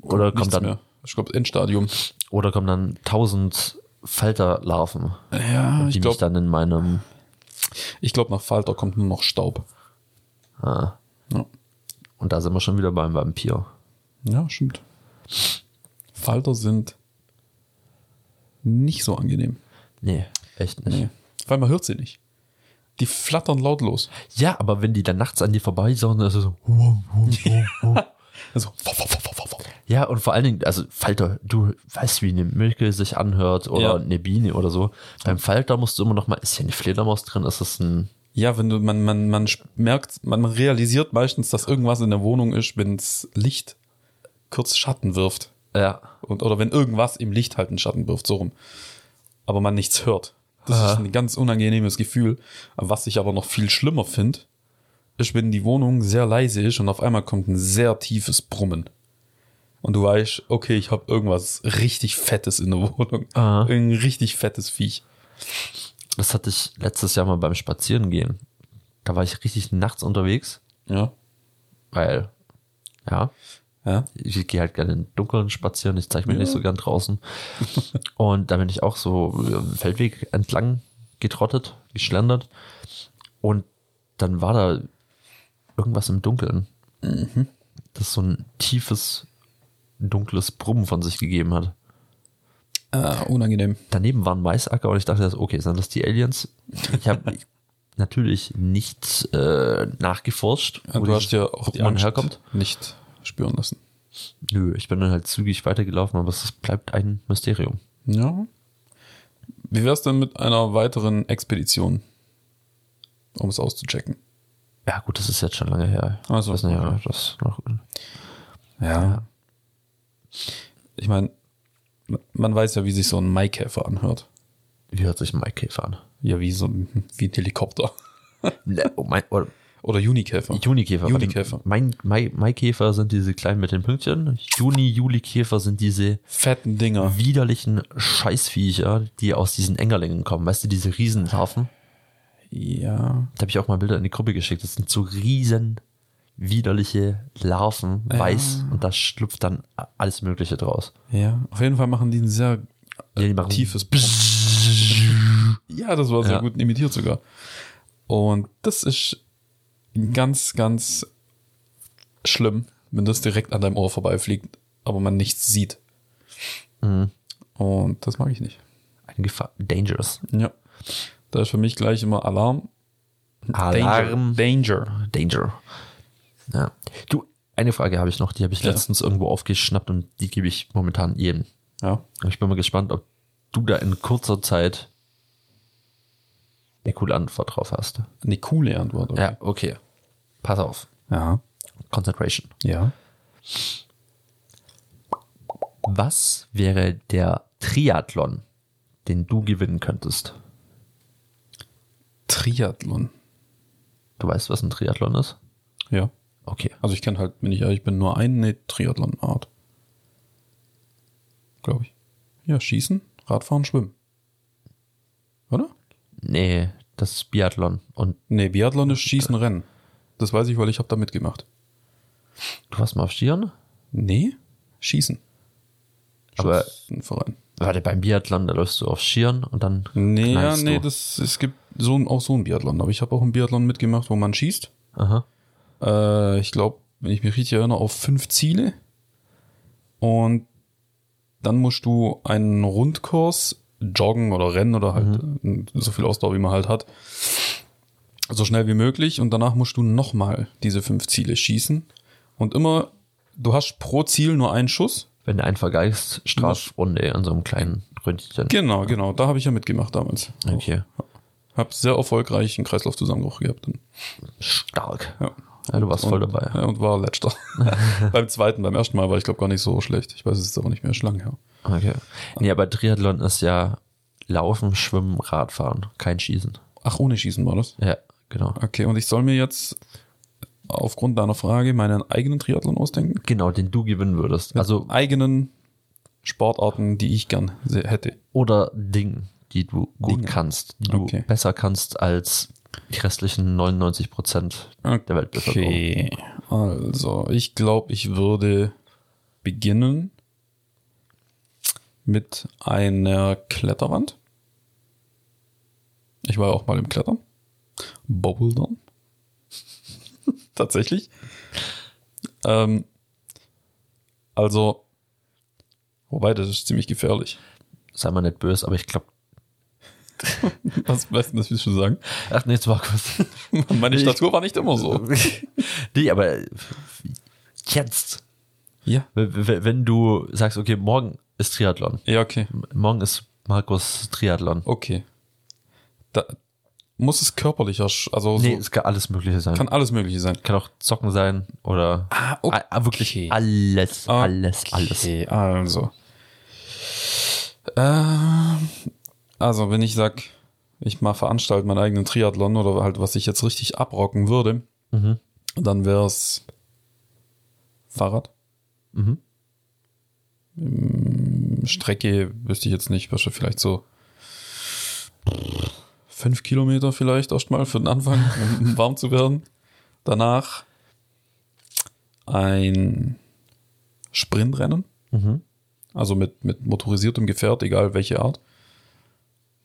Speaker 3: Oder
Speaker 2: nichts
Speaker 3: kommt, dann,
Speaker 2: mehr. Ich glaube, Endstadium.
Speaker 3: oder kommen dann 1000 Falterlarven,
Speaker 2: Ja,
Speaker 3: die
Speaker 2: ich
Speaker 3: mich
Speaker 2: glaube,
Speaker 3: dann in meinem.
Speaker 2: ich glaub, nach Falter kommt nur noch Staub.
Speaker 3: Äh,
Speaker 2: Ja,
Speaker 3: und da sind wir schon wieder beim Vampir.
Speaker 2: ja stimmt. Falter sind nicht so angenehm.
Speaker 3: Nee, echt nicht.
Speaker 2: Nee. Weil man hört sie nicht. Die flattern lautlos.
Speaker 3: Ja, aber wenn die dann nachts an dir vorbeisausen, dann ist es so. *laughs*
Speaker 2: Also, wuff, wuff, wuff, wuff, wuff.
Speaker 3: Ja, und vor allen Dingen, also Falter, du weißt, wie eine Milke sich anhört oder
Speaker 2: Ja.
Speaker 3: eine Biene oder so. Beim Falter musst du immer noch mal, ist hier eine Fledermaus drin? Ist das ein,
Speaker 2: Ja, wenn du, man, man, man sch- merkt, man realisiert meistens, dass irgendwas in der Wohnung ist, wenns Licht kurz Schatten wirft.
Speaker 3: ja,
Speaker 2: Und, oder wenn irgendwas im Licht halt einen Schatten wirft, so rum. Aber man nichts hört. Das
Speaker 3: Aha.
Speaker 2: ist ein ganz unangenehmes Gefühl. Was ich aber noch viel schlimmer finde, ist, wenn die Wohnung sehr leise ist und auf einmal kommt ein sehr tiefes Brummen. Und du weißt, okay, ich habe irgendwas richtig Fettes in der *laughs* Wohnung.
Speaker 3: Aha.
Speaker 2: Ein richtig fettes Viech.
Speaker 3: das hatte ich letztes Jahr mal beim Spazierengehen. Da war ich richtig nachts unterwegs,
Speaker 2: Ja.
Speaker 3: weil, ja,
Speaker 2: Ja.
Speaker 3: ich gehe halt gerne im Dunkeln spazieren, ich zeige mich nicht so gern draußen. und da bin ich auch so äh, Feldweg entlang getrottet, geschlendert. Und dann war da irgendwas im Dunkeln.
Speaker 2: Mhm.
Speaker 3: Das so ein tiefes, dunkles Brummen von sich gegeben hat.
Speaker 2: Ah, unangenehm.
Speaker 3: Daneben war ein Maisacker und ich dachte, das- okay, sind das die Aliens? Ich
Speaker 2: *laughs*
Speaker 3: habe natürlich nicht äh, nachgeforscht,
Speaker 2: Ja, du hast ja auch die
Speaker 3: Brummen
Speaker 2: Angst
Speaker 3: herkommt.
Speaker 2: nicht spüren lassen.
Speaker 3: Nö, ich bin dann halt zügig weitergelaufen, aber es bleibt ein Mysterium.
Speaker 2: Ja. Wie wär's denn mit einer weiteren Expedition? Um es auszuchecken.
Speaker 3: Ja, gut, das ist jetzt schon lange her.
Speaker 2: Ach so.
Speaker 3: Weiß nicht, ja, das ist noch
Speaker 2: Ja. Ich meine, man weiß ja, wie sich so ein Maikäfer anhört.
Speaker 3: Wie hört sich ein Maikäfer an?
Speaker 2: *laughs* Ja, wie so ein, wie ein Helikopter.
Speaker 3: Ne, oh mein, oh,
Speaker 2: Oder Junikäfer.
Speaker 3: Junikäfer.
Speaker 2: Junikäfer.
Speaker 3: Mein, mein, mein Käfer sind diese kleinen mit den Pünktchen. Juni, Juli-Käfer sind diese
Speaker 2: Fetten Dinger.
Speaker 3: widerlichen Scheißviecher, die aus diesen Engerlingen kommen. Weißt du, diese Riesenlarven?
Speaker 2: Ja.
Speaker 3: Da habe ich auch mal Bilder in die Gruppe geschickt. Das sind so riesen widerliche Larven, weiß, und da schlüpft dann alles Mögliche draus.
Speaker 2: Ja. Auf jeden Fall machen die ein sehr Äh,
Speaker 3: Ja, die machen-
Speaker 2: tiefes. Ja, das war sehr
Speaker 3: Ja.
Speaker 2: gut imitiert sogar. Und das ist ganz, ganz schlimm, wenn das direkt an deinem Ohr vorbeifliegt, aber man nichts sieht. Mhm. Und das mag ich nicht.
Speaker 3: Eine Gefahr. Dangerous.
Speaker 2: Ja. Da ist für mich gleich immer Alarm.
Speaker 3: Alarm.
Speaker 2: Danger. Danger.
Speaker 3: Danger. Ja. Du, eine Frage habe ich noch, die habe ich
Speaker 2: Ja.
Speaker 3: letztens irgendwo aufgeschnappt und die gebe ich momentan jedem.
Speaker 2: Ja.
Speaker 3: Ich bin mal gespannt, ob du da in kurzer Zeit eine coole Antwort drauf hast.
Speaker 2: Eine coole Antwort. okay.
Speaker 3: Ja, okay. Pass auf.
Speaker 2: Ja.
Speaker 3: Concentration.
Speaker 2: Ja.
Speaker 3: Was wäre der Triathlon, den du gewinnen könntest?
Speaker 2: Triathlon.
Speaker 3: Du weißt, was ein Triathlon ist?
Speaker 2: Ja.
Speaker 3: Okay.
Speaker 2: Also ich kenne halt, bin ich ehrlich, bin nur eine Triathlon-Art. Glaube ich. Ja, Schießen, Radfahren, Schwimmen. Oder?
Speaker 3: Nee, das ist Biathlon. Und
Speaker 2: Nee, Biathlon ist Schießen, Rennen. Das weiß ich, weil ich habe da mitgemacht.
Speaker 3: du warst mal auf Stieren?
Speaker 2: Nee, Schießen.
Speaker 3: Aber-
Speaker 2: Schützenverein.
Speaker 3: Warte, beim Biathlon, da läufst du auf Skiern und dann.
Speaker 2: Nee, ja,
Speaker 3: knallst
Speaker 2: nee,
Speaker 3: du.
Speaker 2: das, es gibt so, ein- auch so einen Biathlon. Aber ich habe auch einen Biathlon mitgemacht, wo man schießt.
Speaker 3: Aha.
Speaker 2: äh, ich glaube, wenn ich mich richtig erinnere, auf fünf Ziele. Und dann musst du einen Rundkurs joggen oder rennen oder halt
Speaker 3: Mhm.
Speaker 2: äh, so viel Ausdauer, wie man halt hat, so schnell wie möglich. Und danach musst du nochmal diese fünf Ziele schießen. Und immer, du hast pro Ziel nur einen Schuss.
Speaker 3: Wenn du einen vergeigst, Strafrunde in äh, so einem kleinen Ründchen.
Speaker 2: Genau, genau. Da habe ich ja mitgemacht damals.
Speaker 3: Okay.
Speaker 2: Hab sehr erfolgreich einen Kreislaufzusammenbruch gehabt. Dann.
Speaker 3: Stark.
Speaker 2: Ja.
Speaker 3: Ja, du warst voll dabei.
Speaker 2: Ja, und war
Speaker 3: *laughs*
Speaker 2: letzter. beim zweiten, beim ersten Mal war ich glaube gar nicht so schlecht. Ich weiß es jetzt aber nicht mehr, schon lange her.
Speaker 3: Okay. Nee, aber Triathlon ist ja Laufen, Schwimmen, Radfahren, kein Schießen.
Speaker 2: Ach, ohne Schießen war das.
Speaker 3: Ja, genau.
Speaker 2: Okay, und ich soll mir jetzt aufgrund deiner Frage meinen eigenen Triathlon ausdenken?
Speaker 3: Genau, den du gewinnen würdest. Also,
Speaker 2: Eigenen Sportarten, die ich gern se- hätte.
Speaker 3: oder Ding, die du gut
Speaker 2: Dinge.
Speaker 3: kannst, die du
Speaker 2: Okay.
Speaker 3: besser kannst als die restlichen 99 Prozent der Weltbevölkerung.
Speaker 2: Okay, also ich glaube, ich würde beginnen mit einer Kletterwand. Ich war ja auch mal im Klettern. Bobbeldern. *laughs* Tatsächlich. Ähm, also, wobei, das ist ziemlich gefährlich.
Speaker 3: Sei mal nicht böse, aber ich glaube.
Speaker 2: Was weißt du, das willst du sagen? *laughs*
Speaker 3: Ach nee, jetzt war kurz.
Speaker 2: Meine
Speaker 3: Ich-
Speaker 2: Statur war nicht immer
Speaker 3: *laughs*
Speaker 2: so.
Speaker 3: nee, aber jetzt.
Speaker 2: Ja.
Speaker 3: W- w- Wenn du sagst, okay, morgen ist Triathlon.
Speaker 2: Ja, okay.
Speaker 3: Morgen ist Markus Triathlon.
Speaker 2: Okay. Da muss es körperlicher, sch- also
Speaker 3: Nee,
Speaker 2: so,
Speaker 3: es kann alles Mögliche sein.
Speaker 2: kann
Speaker 3: Kann,
Speaker 2: alles Mögliche sein.
Speaker 3: auch Zocken sein oder ah,
Speaker 2: okay.
Speaker 3: wirklich alles, alles, alles.
Speaker 2: ah, Okay, also. Ähm, also, wenn ich sag, ich mal veranstalte meinen eigenen Triathlon oder halt, was ich jetzt richtig abrocken würde,
Speaker 3: Mhm.
Speaker 2: dann wäre es Fahrrad.
Speaker 3: Mhm.
Speaker 2: Ähm, Strecke wüsste ich jetzt nicht, was vielleicht so fünf Kilometer vielleicht erstmal für den Anfang, *laughs* um warm zu werden. Danach ein Sprintrennen.
Speaker 3: Mhm.
Speaker 2: Also mit, mit motorisiertem Gefährt, egal welche Art.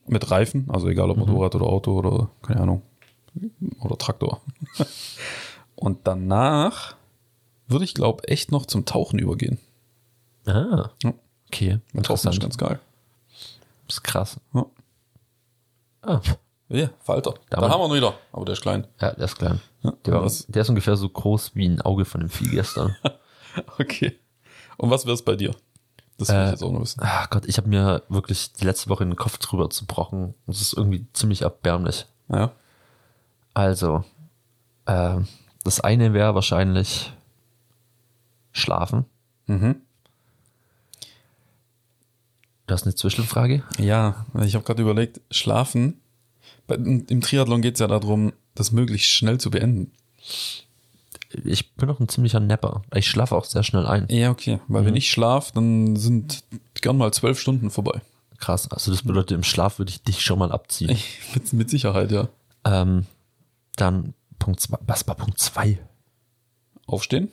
Speaker 2: Mit Reifen, also egal ob Motorrad oder Auto oder keine Ahnung. Oder Traktor. Und danach würde ich, glaube echt noch zum Tauchen übergehen.
Speaker 3: Ah,
Speaker 2: Ja.
Speaker 3: okay.
Speaker 2: Tauchen ist
Speaker 3: Interessant.
Speaker 2: ganz geil.
Speaker 3: Das ist krass.
Speaker 2: Ja.
Speaker 3: Ah,
Speaker 2: Ja, Falter. Da,
Speaker 3: Damit-
Speaker 2: haben wir ihn wieder. Aber der ist klein.
Speaker 3: ja, der ist klein.
Speaker 2: Ja,
Speaker 3: Der, war,
Speaker 2: das-
Speaker 3: der ist ungefähr so groß wie ein Auge von dem Vieh gestern.
Speaker 2: *laughs* Okay. Und was wäre es bei dir? Das will ich
Speaker 3: Äh,
Speaker 2: jetzt auch noch wissen.
Speaker 3: Ah Gott, ich habe mir wirklich die letzte Woche den Kopf drüber zerbrochen. Das ist irgendwie ziemlich erbärmlich.
Speaker 2: Ja.
Speaker 3: Also, ähm, das eine wäre wahrscheinlich schlafen.
Speaker 2: Mhm.
Speaker 3: Du hast eine Zwischenfrage?
Speaker 2: Ja, ich habe gerade überlegt, schlafen. Bei, Im Triathlon geht es ja darum, das möglichst schnell zu beenden.
Speaker 3: Ich bin noch ein ziemlicher Nepper. Ich schlafe auch sehr schnell ein.
Speaker 2: Ja, okay. Mhm. Weil wenn ich schlafe, dann sind gern mal zwölf Stunden vorbei.
Speaker 3: Krass. Also das bedeutet, im Schlaf würde ich dich schon mal abziehen.
Speaker 2: *laughs* mit, mit Sicherheit, ja.
Speaker 3: Ähm, dann Punkt zwei. Was war Punkt zwei?
Speaker 2: Aufstehen.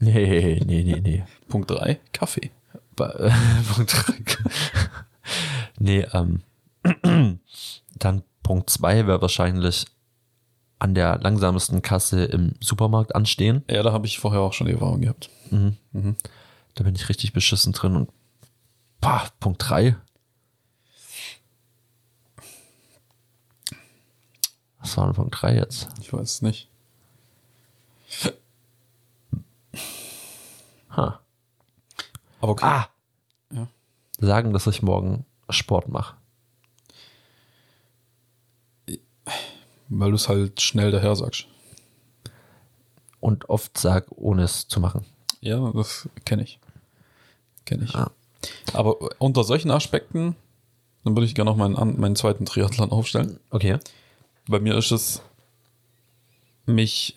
Speaker 3: Nee, nee, nee, nee.
Speaker 2: Punkt drei, Kaffee.
Speaker 3: Ba- *laughs* äh, Punkt drei. nee, ähm, *clears throat* dann Punkt zwei wäre wahrscheinlich an der langsamsten Kasse im Supermarkt anstehen.
Speaker 2: Ja, da habe ich vorher auch schon die Erfahrung gehabt.
Speaker 3: Da bin ich richtig beschissen drin und pah, Punkt drei. Was war denn Punkt drei jetzt?
Speaker 2: Ich weiß es nicht.
Speaker 3: Ha.
Speaker 2: Aber okay.
Speaker 3: Ah!
Speaker 2: Ja.
Speaker 3: Sagen, dass ich morgen Sport mache.
Speaker 2: Weil du es halt schnell daher sagst.
Speaker 3: Und oft sag, ohne es zu machen.
Speaker 2: Ja, das kenne ich. Kenne ich.
Speaker 3: Ah.
Speaker 2: Aber unter solchen Aspekten, dann würde ich gerne noch meinen, an- meinen zweiten Triathlon aufstellen.
Speaker 3: Okay.
Speaker 2: Bei mir ist es, mich,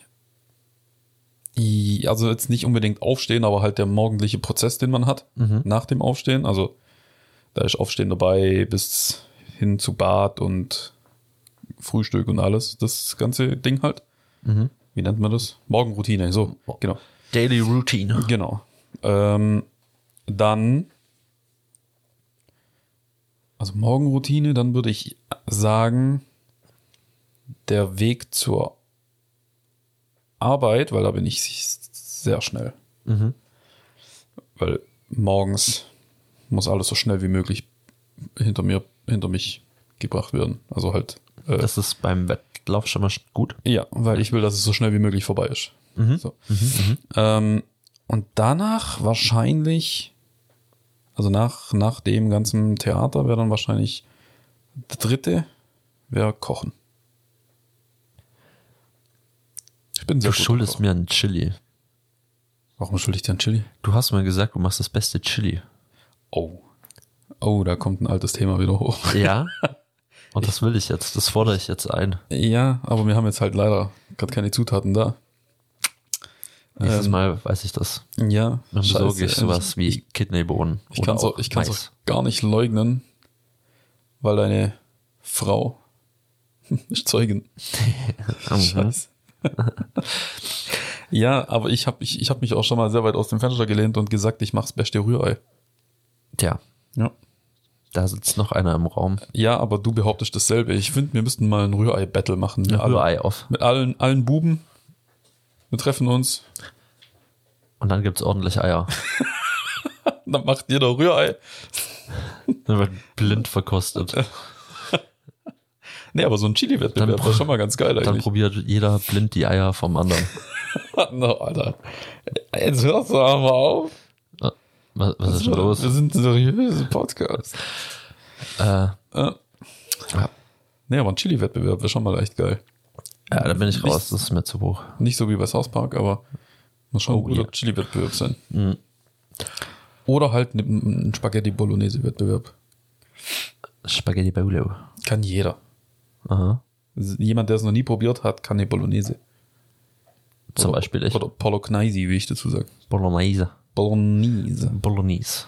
Speaker 2: i- also jetzt nicht unbedingt aufstehen, aber halt der morgendliche Prozess, den man hat, nach dem Aufstehen. Also da ist Aufstehen dabei bis hin zu Bad und Frühstück und alles, das ganze Ding halt. Wie nennt man das? Morgenroutine, so, genau.
Speaker 3: Daily Routine.
Speaker 2: Genau. Ähm, dann, also Morgenroutine, dann würde ich sagen, der Weg zur Arbeit, weil da bin ich sehr schnell. Weil morgens muss alles so schnell wie möglich hinter mir, hinter mich gebracht werden. Also halt. äh,
Speaker 3: Das ist beim Wettlauf schon mal sch- gut.
Speaker 2: ja, weil ich will, dass es so schnell wie möglich vorbei ist.
Speaker 3: Mhm.
Speaker 2: So. Ähm, und danach wahrscheinlich, also nach, nach dem ganzen Theater wäre dann wahrscheinlich der dritte wäre Kochen. Ich bin sehr
Speaker 3: Du
Speaker 2: gut
Speaker 3: schuldest
Speaker 2: im Kochen.
Speaker 3: mir ein Chili.
Speaker 2: Warum schulde ich dir ein Chili?
Speaker 3: Du hast mir gesagt, du machst das beste Chili.
Speaker 2: Oh. Oh, da kommt ein altes Thema wieder hoch. *laughs*
Speaker 3: Ja. Und das will ich jetzt. Das fordere ich jetzt ein.
Speaker 2: Ja, aber wir haben jetzt halt leider gerade keine Zutaten da. Ähm,
Speaker 3: Nächstes Mal weiß ich das.
Speaker 2: Ja,
Speaker 3: Dann besorge
Speaker 2: scheiße. ähm,
Speaker 3: ich sowas wie Kidneybohnen.
Speaker 2: Ich
Speaker 3: oder
Speaker 2: kann es auch,
Speaker 3: auch
Speaker 2: ich kann's
Speaker 3: Mais.
Speaker 2: auch gar nicht leugnen, weil deine Frau *laughs* ist Zeugin.
Speaker 3: Mhm.
Speaker 2: Scheiße. *laughs* ja, aber ich habe ich, ich hab mich auch schon mal sehr weit aus dem Fenster gelehnt und gesagt, ich mache das beste Rührei.
Speaker 3: Tja,
Speaker 2: Ja.
Speaker 3: da sitzt noch einer im Raum.
Speaker 2: ja, aber du behauptest dasselbe. Ich finde, wir müssten mal ein Rührei-Battle machen. Wir alle-
Speaker 3: Rührei auf.
Speaker 2: Mit allen, allen Buben. Wir treffen uns.
Speaker 3: Und dann gibt's ordentlich
Speaker 2: *laughs*
Speaker 3: Eier.
Speaker 2: Dann macht jeder Rührei.
Speaker 3: Dann wird blind verkostet.
Speaker 2: Nee, aber so ein Chili-Wettbewerb
Speaker 3: Dann-
Speaker 2: war schon mal ganz geil
Speaker 3: Dann
Speaker 2: eigentlich.
Speaker 3: probiert jeder blind die Eier vom anderen.
Speaker 2: *laughs* No, Alter. Jetzt hörst du aber auf.
Speaker 3: Äh, Was, was ist denn los?
Speaker 2: Wir sind ein seriöser Podcast.
Speaker 3: Äh,
Speaker 2: Äh.
Speaker 3: Ja.
Speaker 2: Nee, aber ein Chili-Wettbewerb wäre schon mal echt geil.
Speaker 3: Ja, da bin ich raus, das ist mir zu hoch.
Speaker 2: Nicht so wie bei South Park, aber muss schon ein guter
Speaker 3: Oh, ja. Mhm.
Speaker 2: Chili-Wettbewerb sein. Oder halt ne- ein Spaghetti-Bolognese-Wettbewerb.
Speaker 3: Spaghetti Bolo.
Speaker 2: Kann jeder.
Speaker 3: Aha.
Speaker 2: Jemand, der es noch nie probiert hat, kann eine Bolognese. Oh.
Speaker 3: Zum Beispiel ich.
Speaker 2: Oder Polokneisi, wie ich dazu sage.
Speaker 3: Bolognese.
Speaker 2: Bolognese.
Speaker 3: Bolognese.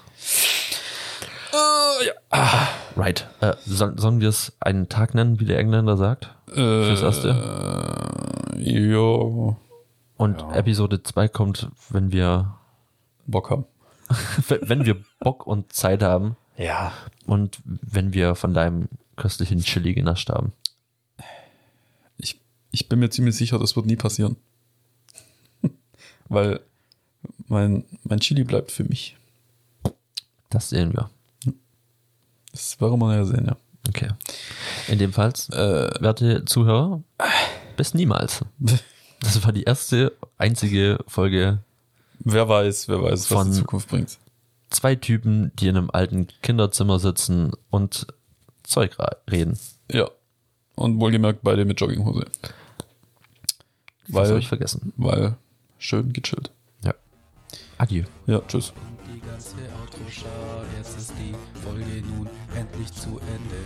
Speaker 2: Äh, ja.
Speaker 3: Right. Äh, soll, sollen wir es einen Tag nennen, wie der Engländer sagt?
Speaker 2: Äh,
Speaker 3: Fürs erste.
Speaker 2: Ja.
Speaker 3: Und Episode 2 kommt, wenn wir, *laughs*
Speaker 2: Bock haben.
Speaker 3: wenn wenn wir Bock und Zeit haben
Speaker 2: Ja.
Speaker 3: und wenn wir von deinem köstlichen Chili genascht haben.
Speaker 2: Ich, ich bin mir ziemlich sicher, das wird nie passieren. *laughs* Weil mein, mein Chili bleibt für mich.
Speaker 3: Das sehen wir.
Speaker 2: Das werden wir ja sehen, ja.
Speaker 3: Okay. In dem Fall, äh, werte Zuhörer,
Speaker 2: Äh.
Speaker 3: bis niemals. Das war die erste, einzige Folge
Speaker 2: Wer weiß, wer weiß, was
Speaker 3: Von-
Speaker 2: die Zukunft bringt.
Speaker 3: zwei Typen, die in einem alten Kinderzimmer sitzen und Zeug ra- reden.
Speaker 2: Ja. Und wohlgemerkt beide mit Jogginghose.
Speaker 3: Das habe
Speaker 2: Weil,
Speaker 3: ich vergessen.
Speaker 2: weil schön gechillt.
Speaker 3: Ja. Adieu.
Speaker 2: Ja, tschüss.
Speaker 1: Die ganze Outro-Schar, jetzt ist die Folge nun endlich zu Ende.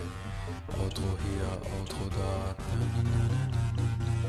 Speaker 1: Outro hier, Outro da. Na, na, na, na, na, na, na.